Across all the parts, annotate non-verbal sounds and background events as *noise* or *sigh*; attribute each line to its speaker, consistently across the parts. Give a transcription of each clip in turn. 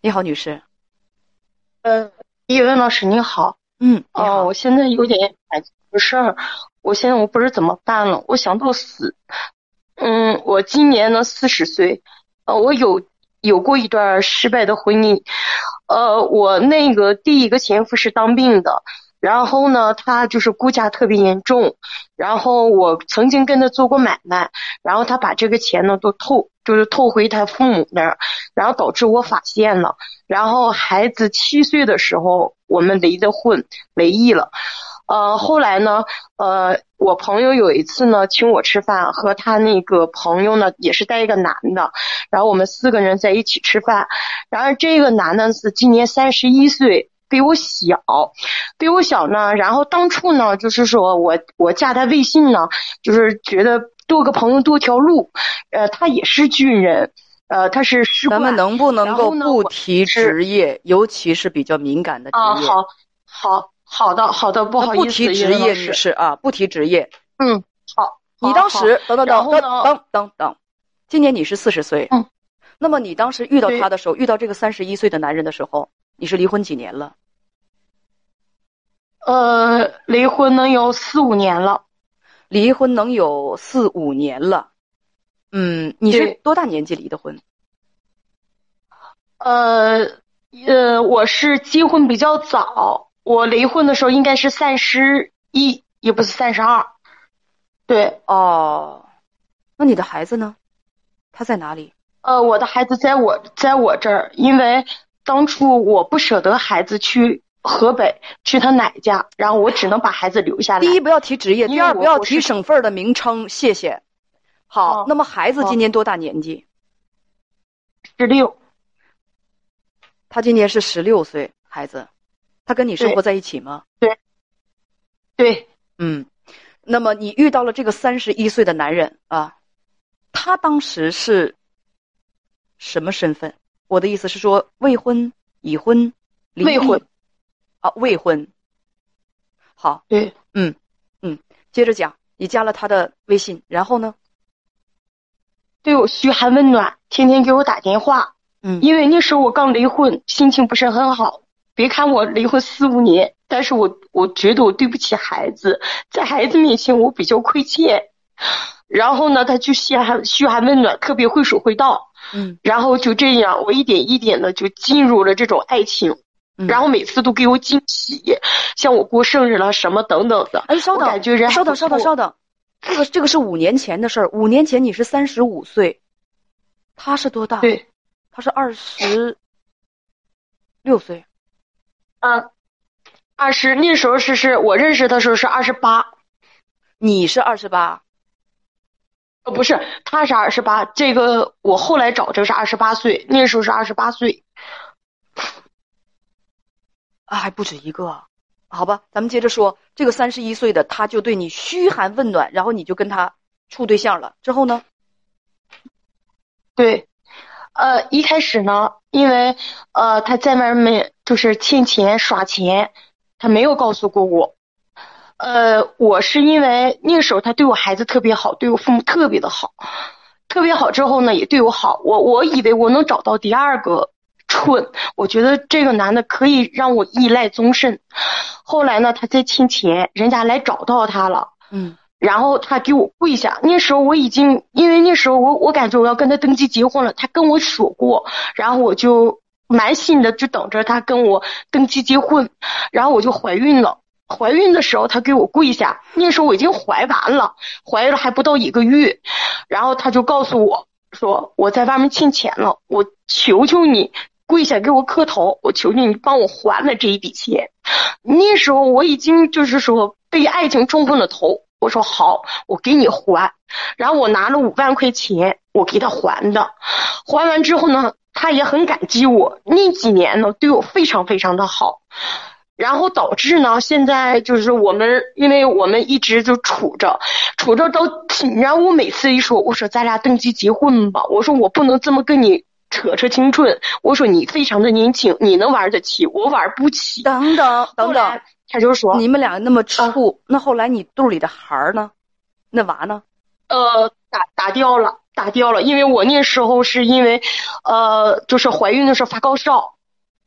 Speaker 1: 你好，女士。
Speaker 2: 呃，叶文老师您好。
Speaker 1: 嗯，你
Speaker 2: 哦、
Speaker 1: 好。
Speaker 2: 我现在有点感情的事儿，我现在我不知怎么办了，我想到死。嗯，我今年呢四十岁，呃，我有有过一段失败的婚姻，呃，我那个第一个前夫是当兵的，然后呢，他就是估价特别严重，然后我曾经跟他做过买卖，然后他把这个钱呢都透，就是透回他父母那儿，然后导致我发现了，然后孩子七岁的时候我们离的婚，离异了。呃，后来呢，呃，我朋友有一次呢请我吃饭，和他那个朋友呢也是带一个男的，然后我们四个人在一起吃饭，然而这个男的是今年三十一岁，比我小，比我小呢。然后当初呢，就是说我我加他微信呢，就是觉得多个朋友多条路，呃，他也是军人，呃，他是士
Speaker 1: 咱
Speaker 2: 官，
Speaker 1: 们能不能
Speaker 2: 然
Speaker 1: 够
Speaker 2: 后呢
Speaker 1: 不
Speaker 2: 我
Speaker 1: 提职业，尤其是比较敏感的职
Speaker 2: 啊，
Speaker 1: 业？啊
Speaker 2: 好，好，好的，好的，不好
Speaker 1: 不
Speaker 2: 意思，
Speaker 1: 提
Speaker 2: 叶
Speaker 1: 职
Speaker 2: 文老
Speaker 1: 业，
Speaker 2: 师
Speaker 1: 女士啊，不提职业。
Speaker 2: 嗯，好，
Speaker 1: 你
Speaker 2: 好
Speaker 1: 当
Speaker 2: 好
Speaker 1: 时等等
Speaker 2: 然
Speaker 1: 等
Speaker 2: 后
Speaker 1: 等
Speaker 2: 呢
Speaker 1: 等等等，今年你是四十岁，
Speaker 2: 嗯，
Speaker 1: 那么你当时遇到
Speaker 2: 对
Speaker 1: 他的时候，遇到这个三十一岁的男人的时候，你是离婚几年了？
Speaker 2: 呃，离婚呢有四五年了，
Speaker 1: 离婚能有四五年了，嗯，你是
Speaker 2: 对
Speaker 1: 多大年纪离的婚？
Speaker 2: 呃，呃，我是结婚比较早，我离婚的时候应该是三十一，也不是三十二，对，
Speaker 1: 哦，那你的孩子呢？他在哪里？
Speaker 2: 呃，我的孩子在我在我这儿，因为当初我不舍得孩子去河北去他奶家，然后我只能把孩子留下来
Speaker 1: 第。一，不要提职业；
Speaker 2: 因为
Speaker 1: 第二，
Speaker 2: 我
Speaker 1: 不要
Speaker 2: 我
Speaker 1: 提
Speaker 2: 是
Speaker 1: 省份儿的名称。谢谢。好，
Speaker 2: 哦
Speaker 1: 那么孩子
Speaker 2: 好
Speaker 1: 今年多大年纪？
Speaker 2: 十六，
Speaker 1: 他今年是十六岁，孩子，他跟你生
Speaker 2: 对
Speaker 1: 活在一起吗？
Speaker 2: 对，
Speaker 1: 嗯，那么你遇到了这个三十一岁的男人啊，他当时是什么身份？我的意思是说，未婚、已婚、离
Speaker 2: 未
Speaker 1: 异
Speaker 2: 婚，
Speaker 1: 啊，未婚。好，嗯
Speaker 2: 对，
Speaker 1: 接着讲，你加了他的微信，然后呢？
Speaker 2: 对我嘘寒问暖，天天给我打电话。
Speaker 1: 嗯
Speaker 2: 因为那时候我刚离婚，心情不是很好。别看我离婚四五年，但是我我觉得我对不起孩子，在孩子面前我比较亏欠。然后呢，他就嘘寒嘘寒问暖，特别会说会道。
Speaker 1: 嗯，
Speaker 2: 然后就这样，我一点一点的就进入了这种爱情。
Speaker 1: 嗯
Speaker 2: 然后每次都给我惊喜，像我过生日了什么等等的。
Speaker 1: 哎，稍
Speaker 2: 我感
Speaker 1: 等，
Speaker 2: 觉人还
Speaker 1: 稍等，
Speaker 2: 不
Speaker 1: 稍等，
Speaker 2: 错
Speaker 1: 稍等，这个这个是五年前的事儿。五年前你是三十五岁，他是多大？
Speaker 2: 对，
Speaker 1: 他是二十六岁。
Speaker 2: 嗯，二十那时候是是我认识的时候是二十八，
Speaker 1: 你是二十八，
Speaker 2: 呃，不是，他是二十八，这个我后来找这个是二十八岁，那时候是二十八岁。
Speaker 1: 啊，还不止一个，好吧，咱们接着说，这个三十一岁的他就对你嘘寒问暖，然后你就跟他处对象了，之后呢，
Speaker 2: 对，呃，一开始呢，因为呃他在外面就是欠钱耍钱，他没有告诉过我。呃，我是因为那个时候他对我孩子特别好，对我父母特别的好，特别好之后呢，也对我好。我我以为我能找到第二个春，我觉得这个男的可以让我依赖终身。后来呢，他在欠钱，人家来找到他了。
Speaker 1: 嗯
Speaker 2: 然后他给我跪下，那时候我已经，因为那时候我我感觉我要跟他登记结婚了，他跟我说过，然后我就蛮信的，就等着他跟我登记结婚，然后我就怀孕了。怀孕的时候，他给我跪下，那时候我已经怀完了，怀了还不到一个月，然后他就告诉我说我在外面欠钱了，我求求你跪下给我磕头，我求求你帮我还了这一笔钱。那时候我已经就是说被爱情冲昏了头，我说好，我给你还。然后我拿了五万块钱，我给他还的。还完之后呢，他也很感激我，那几年呢对我非常非常的好。然后导致呢，现在就是我们，因为我们一直就处着，处着到，然后我每次一说，我说咱俩登记结婚吧，我说我不能这么跟你扯扯青春，我说你非常的年轻，你能玩得起，我玩不起。
Speaker 1: 等等等等
Speaker 2: 后来，，他就说，
Speaker 1: 你们俩那
Speaker 2: 哦
Speaker 1: 么处，那后来你肚里的孩儿呢？那娃呢？
Speaker 2: 呃，打打掉了，打掉了，因为我那时候是因为，呃，就是怀孕的时候发高烧，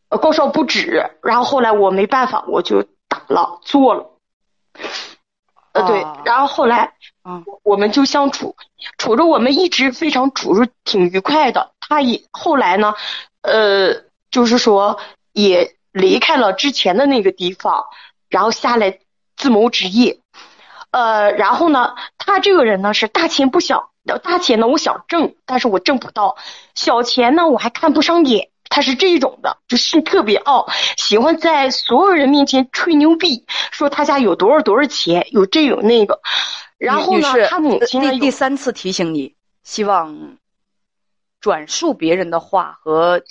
Speaker 2: 呃，高烧不止，然后后来我没办法，我就打了做了，呃，对
Speaker 1: 啊，
Speaker 2: 然后后来
Speaker 1: 嗯
Speaker 2: 我们就相处，处着我们一直非常处着挺愉快的。他也后来呢，呃，就是说也离开了之前的那个地方，然后下来自谋职业。呃，然后呢，他这个人呢是大钱不想，大钱呢我想挣，但是我挣不到；小钱呢我还看不上眼。他是这种的，就是特别傲，喜欢在所有人面前吹牛逼，说他家有多少多少钱，有这有那个。然后
Speaker 1: 女
Speaker 2: 呢
Speaker 1: 女士，
Speaker 2: 他母亲呢
Speaker 1: 第第三次提醒你，希望转述别人的话和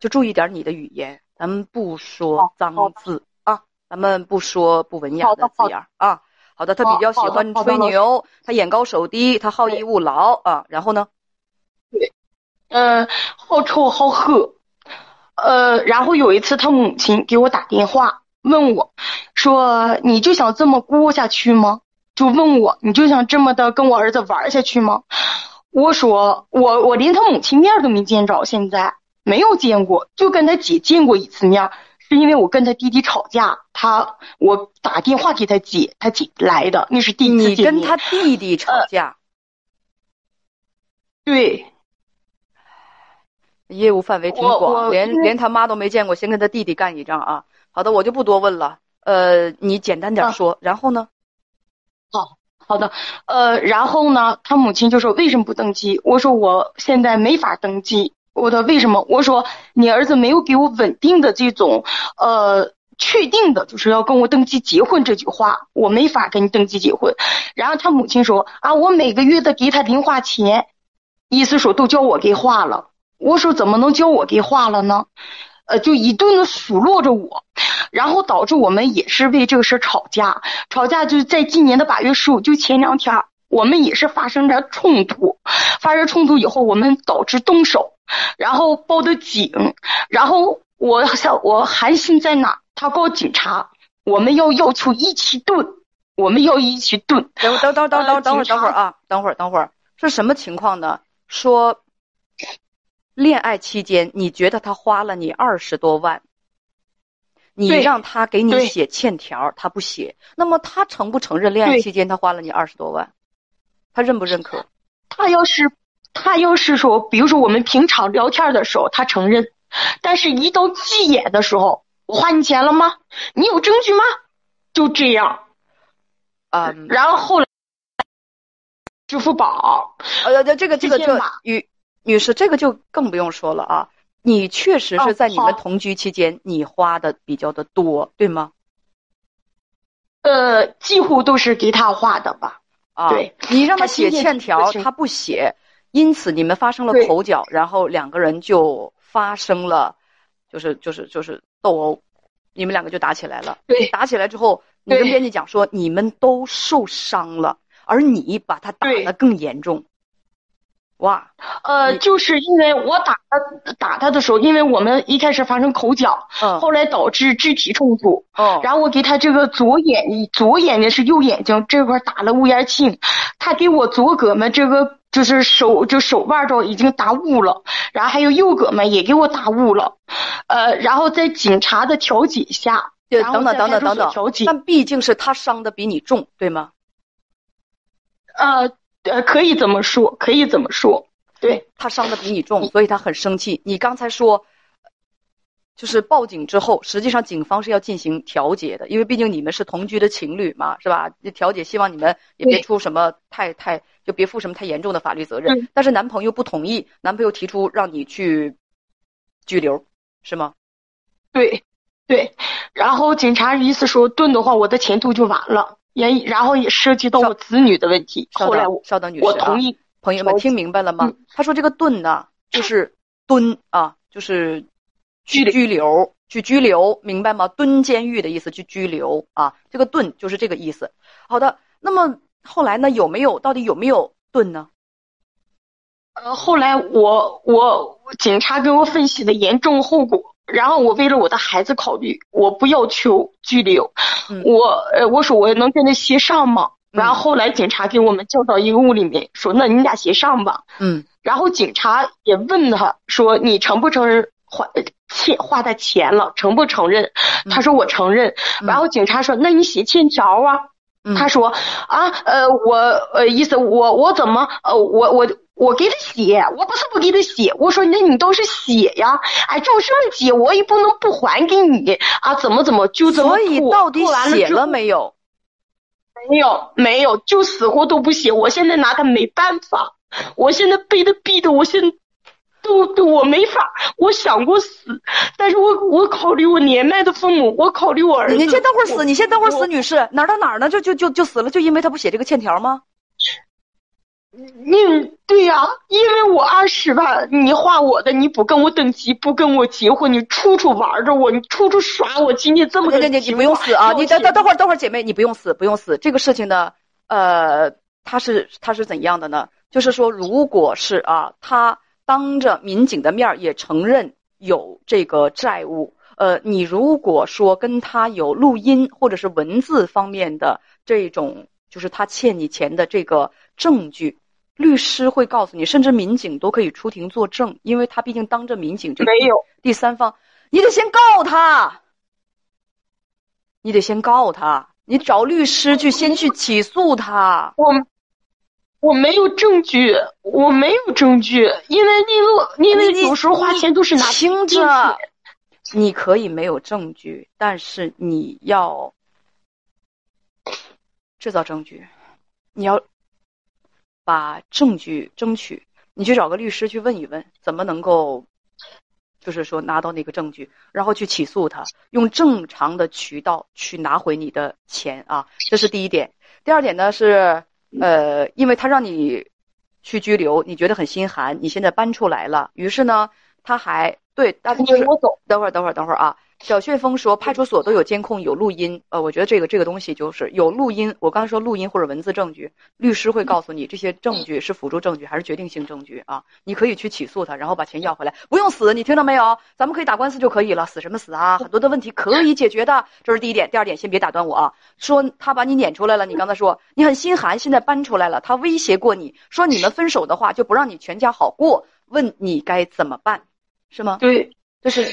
Speaker 1: 就注意点你的语言，咱们不说脏
Speaker 2: 好
Speaker 1: 字啊，咱们不说不文雅
Speaker 2: 好的
Speaker 1: 的字眼儿啊。好的，他比较喜
Speaker 2: 好的
Speaker 1: 欢
Speaker 2: 好的
Speaker 1: 吹
Speaker 2: 老师
Speaker 1: 牛，他眼高手低，他好逸恶劳啊。然后呢，
Speaker 2: 呃，好臭好喝，呃，然后有一次他母亲给我打电话问我，说你就想这么过下去吗？就问我你就想这么的跟我儿子玩下去吗？我说我我连他母亲面都没见着，现在没有见过，就跟他姐见过一次面，是因为我跟他弟弟吵架，他我打电话给他姐，他姐来的，那是第一次
Speaker 1: 你
Speaker 2: 见
Speaker 1: 跟
Speaker 2: 面。
Speaker 1: 他弟弟吵
Speaker 2: 呃
Speaker 1: 架，
Speaker 2: 对
Speaker 1: 业务范围挺
Speaker 2: 我
Speaker 1: 广，
Speaker 2: 我
Speaker 1: 连
Speaker 2: 因为
Speaker 1: 连他妈都没见过，先跟他弟弟干一仗啊。好的，我就不多问了。呃，你简单点
Speaker 2: 啊
Speaker 1: 说，然后呢？
Speaker 2: 好的，呃，然后呢，他母亲就说为什么不登记？我说我现在没法登记。我说为什么？我说你儿子没有给我稳定的这种，呃，确定的就是要跟我登记结婚这句话，我没法跟你登记结婚。然后他母亲说啊，我每个月的给他零花钱，意思说都叫我给花了。我说怎么能叫我给花了呢？呃，就一顿的数落着我，然后导致我们也是为这个事儿吵架。吵架就是在今年的八月十五，就前两天儿，我们也是发生点冲突，发生冲突以后，我们导致动手，然后报的警，然后我想我韩信在哪儿？他告警察，我们要要求一起炖，我们要一起炖。
Speaker 1: 等等等等等
Speaker 2: 呃
Speaker 1: 等会儿
Speaker 2: 警
Speaker 1: 等
Speaker 2: 察
Speaker 1: 会儿啊，等会儿等会儿是什么情况呢？说恋爱期间你觉得他花了你二十多万，你
Speaker 2: 对
Speaker 1: 让他给你
Speaker 2: 对
Speaker 1: 写欠条，他不写，那么他承不承认恋爱
Speaker 2: 对
Speaker 1: 期间他花了你二十多万？他认不认
Speaker 2: *laughs*
Speaker 1: 可？
Speaker 2: 他要是他要是说，比如说我们平常聊天的时候，他承认，但是一到急眼的时候，我花你钱了吗？你有证据吗？就这样，
Speaker 1: 啊、
Speaker 2: 然后后来支付宝，
Speaker 1: 呃，这这个这个
Speaker 2: 谢
Speaker 1: 这
Speaker 2: 谢吧
Speaker 1: 女女士，这个就更不用说了啊。你确实是
Speaker 2: 哦
Speaker 1: 在你们
Speaker 2: 好
Speaker 1: 同居期间，你花的比较的多，对吗？
Speaker 2: 呃，几乎都是给他花的吧。
Speaker 1: 啊，
Speaker 2: 对，
Speaker 1: 你让他
Speaker 2: 他
Speaker 1: 写
Speaker 2: 今天
Speaker 1: 欠
Speaker 2: 提出的
Speaker 1: 条，
Speaker 2: 请
Speaker 1: 他不写，因此你们发生了
Speaker 2: 对
Speaker 1: 口角，然后两个人就发生了，就是就是就是斗殴，你们两个就打起来了。
Speaker 2: 对
Speaker 1: 打起来之后，你跟
Speaker 2: 对
Speaker 1: 编辑讲说你们都受伤了，而你把他打
Speaker 2: 对
Speaker 1: 得更严重。哇，
Speaker 2: 呃，
Speaker 1: 你
Speaker 2: 就是因为我打他打他的时候，因为我们一开始发生口角，
Speaker 1: 嗯，
Speaker 2: 后来导致肢体冲突，
Speaker 1: 哦，
Speaker 2: 然后我给他这个左眼睛，左眼睛是右眼睛这块儿打了乌烟沁，他给我左胳膊这个就是手就手腕儿都已经打雾了，然后还有右胳膊也给我打雾了，呃，然后在警察的调解下，
Speaker 1: 对，
Speaker 2: 然后
Speaker 1: 等等
Speaker 2: 在
Speaker 1: 等等等
Speaker 2: 派出所
Speaker 1: 等
Speaker 2: 调，解，
Speaker 1: 但毕竟是他伤的比你重，对吗？
Speaker 2: 呃呃，可以这么说，可以这么说，对。
Speaker 1: 他伤的比你重，所以他很生气。你刚才说，就是报警之后，实际上警方是要进行调解的，因为毕竟你们是同居的情侣嘛，是吧？调解希望你们也别
Speaker 2: 对
Speaker 1: 出什么太太，就别负什么太严重的法律责
Speaker 2: 嗯
Speaker 1: 任。但是男朋友不同意，男朋友提出让你去拘留，是吗？
Speaker 2: 对，对，然后警察意思说蹲的话，我的前途就完了，也然后也涉及到
Speaker 1: 稍
Speaker 2: 我子女的问题。
Speaker 1: 稍
Speaker 2: 后来
Speaker 1: 等
Speaker 2: 我，
Speaker 1: 稍等，女士、啊，
Speaker 2: 我同意，
Speaker 1: 朋友们
Speaker 2: 调解嗯
Speaker 1: 听明白了吗？他说这个盾呢，就是蹲啊，就是去
Speaker 2: 拘留
Speaker 1: 拘留，去拘留，明白吗？蹲监狱的意思，去拘留啊，这个盾就是这个意思。好的，那么后来呢，有没有到底有没有盾呢？
Speaker 2: 呃，后来我我警察给我分析的严重后果，然后我为了我的孩子考虑，我不要求拘留
Speaker 1: 嗯，
Speaker 2: 我呃我说我能跟他协商吗？然后后来警察给我们叫到一个屋里面，说：“那你俩协商吧。
Speaker 1: 嗯”
Speaker 2: 然后警察也问他说：“你承不承认花呃欠花的钱了？承不承认？”他说：“我承认。
Speaker 1: 嗯
Speaker 2: 然后警察说：“那你写欠条啊？”
Speaker 1: 嗯
Speaker 2: 他说啊，呃，我呃，意思我我怎么呃，我我我给他写，我不是不给他写，我说那你倒是写呀，哎，这种事问题我也不能不还给你啊，怎么怎么就怎么
Speaker 1: 所以
Speaker 2: 吐
Speaker 1: 到底
Speaker 2: 吐完
Speaker 1: 写
Speaker 2: 之后
Speaker 1: 了没有？
Speaker 2: 没有没有，就死活都不写，我现在拿他没办法，我现在被他逼的，我现在都都我没法，我想过死，但是我我考虑我年迈的父母，我考虑我儿子，
Speaker 1: 你先等会儿
Speaker 2: 我
Speaker 1: 死，你先等会儿
Speaker 2: 我
Speaker 1: 死，女士，哪儿到哪儿呢？就就就就死了，就因为他不写这个欠条吗？
Speaker 2: 你对呀、因为我二十万，你花我的，你不跟我登记，不跟我结婚，你处处玩着我，你处处耍我，今天这么
Speaker 1: 你
Speaker 2: 个
Speaker 1: 你你你
Speaker 2: 情
Speaker 1: 不用
Speaker 2: 况
Speaker 1: 死啊！
Speaker 2: 让我
Speaker 1: 你等
Speaker 2: 心
Speaker 1: 等等会儿，等会儿，姐妹，你不用死，不用死。这个事情呢，呃，他是他是怎样的呢？就是说，如果是啊，他当着民警的面儿也承认有这个债务，呃，你如果说跟他有录音或者是文字方面的这种，就是他欠你钱的这个证据。律师会告诉你，甚至民警都可以出庭作证，因为他毕竟当着民警这个
Speaker 2: 没有，
Speaker 1: 第三方，你得先告他，你得先告他，你找律师去先去起诉他。
Speaker 2: 我我没有证据，我没有证据，因为那个，因为
Speaker 1: 你
Speaker 2: 有时候花钱都是拿
Speaker 1: 听
Speaker 2: 进去啊
Speaker 1: 着，你可以没有证据，但是你要制造证据，你要把证据争取。你去找个律师去问一问，怎么能够，就是说拿到那个证据，然后去起诉他，用正常的渠道去拿回你的钱啊，这是第一点。第二点呢是，呃，因为他让你去拘留，你觉得很心寒，你现在搬出来了，于是呢，他还对，他
Speaker 2: 你
Speaker 1: 就是
Speaker 2: 我走，
Speaker 1: 等会儿，等会儿，等会儿啊！小旋风说，派出所都有监控，有录音。呃，我觉得这个这个东西就是有录音。我刚才说录音或者文字证据，律师会告诉你这些证据是辅助证据还是决定性证据啊？你可以去起诉他，然后把钱要回来，不用死。你听到没有？咱们可以打官司就可以了，死什么死啊？很多的问题可以解决的，这是第一点。第二点，先别打断我啊！说他把你撵出来了，你刚才说你很心寒，现在搬出来了，他威胁过你说你们分手的话就不让你全家好过，问你该怎么办，是吗？
Speaker 2: 对，
Speaker 1: 这是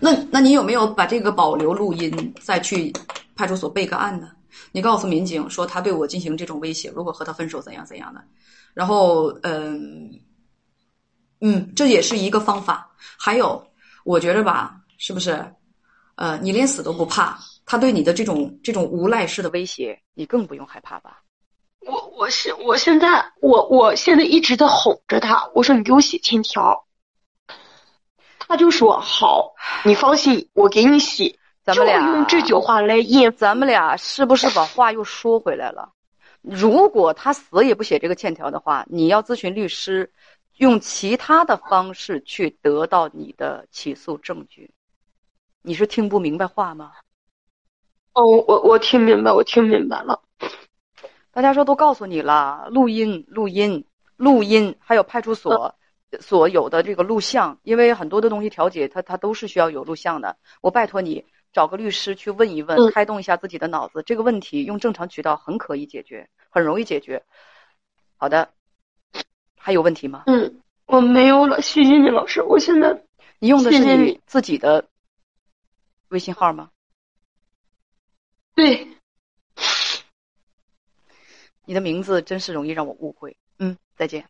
Speaker 3: 那那你有没有把这个保留录音再去派出所备个案呢？你告诉民警说他对我进行这种威胁，如果和他分手怎样怎样的，然后嗯嗯，这也是一个方法。还有，我觉着吧，是不是？呃，你连死都不怕，他对你的这种这种无赖式的威，
Speaker 1: 威胁，你更不用害怕吧？
Speaker 2: 我我现我现在我我现在一直在哄着他，我说你给我写欠条，他就说好，你放心，我给你写，
Speaker 1: 咱们
Speaker 2: 就
Speaker 1: 俩
Speaker 2: 用这句话来应付。
Speaker 1: 咱们俩是不是把话又说回来了？如果他死也不写这个欠条的话，你要咨询律师，用其他的方式去得到你的起诉证据。你是听不明白话吗？
Speaker 2: 哦，我我听明白，我听明白了。
Speaker 1: 大家说都告诉你了，录音、录音、录音，还有派出
Speaker 2: 呃
Speaker 1: 所所有的这个录像，因为很多的东西调解，它它都是需要有录像的。我拜托你找个律师去问一问，
Speaker 2: 嗯
Speaker 1: 开动一下自己的脑子，这个问题用正常渠道很可以解决，很容易解决。好的，还有问题吗？
Speaker 2: 嗯，我没有了，谢谢你老师，我现在
Speaker 1: 你用的是
Speaker 2: 谢谢
Speaker 1: 你
Speaker 2: 你
Speaker 1: 自己的微信号吗？
Speaker 2: 对
Speaker 1: 你的名字真是容易让我误会。嗯，再见。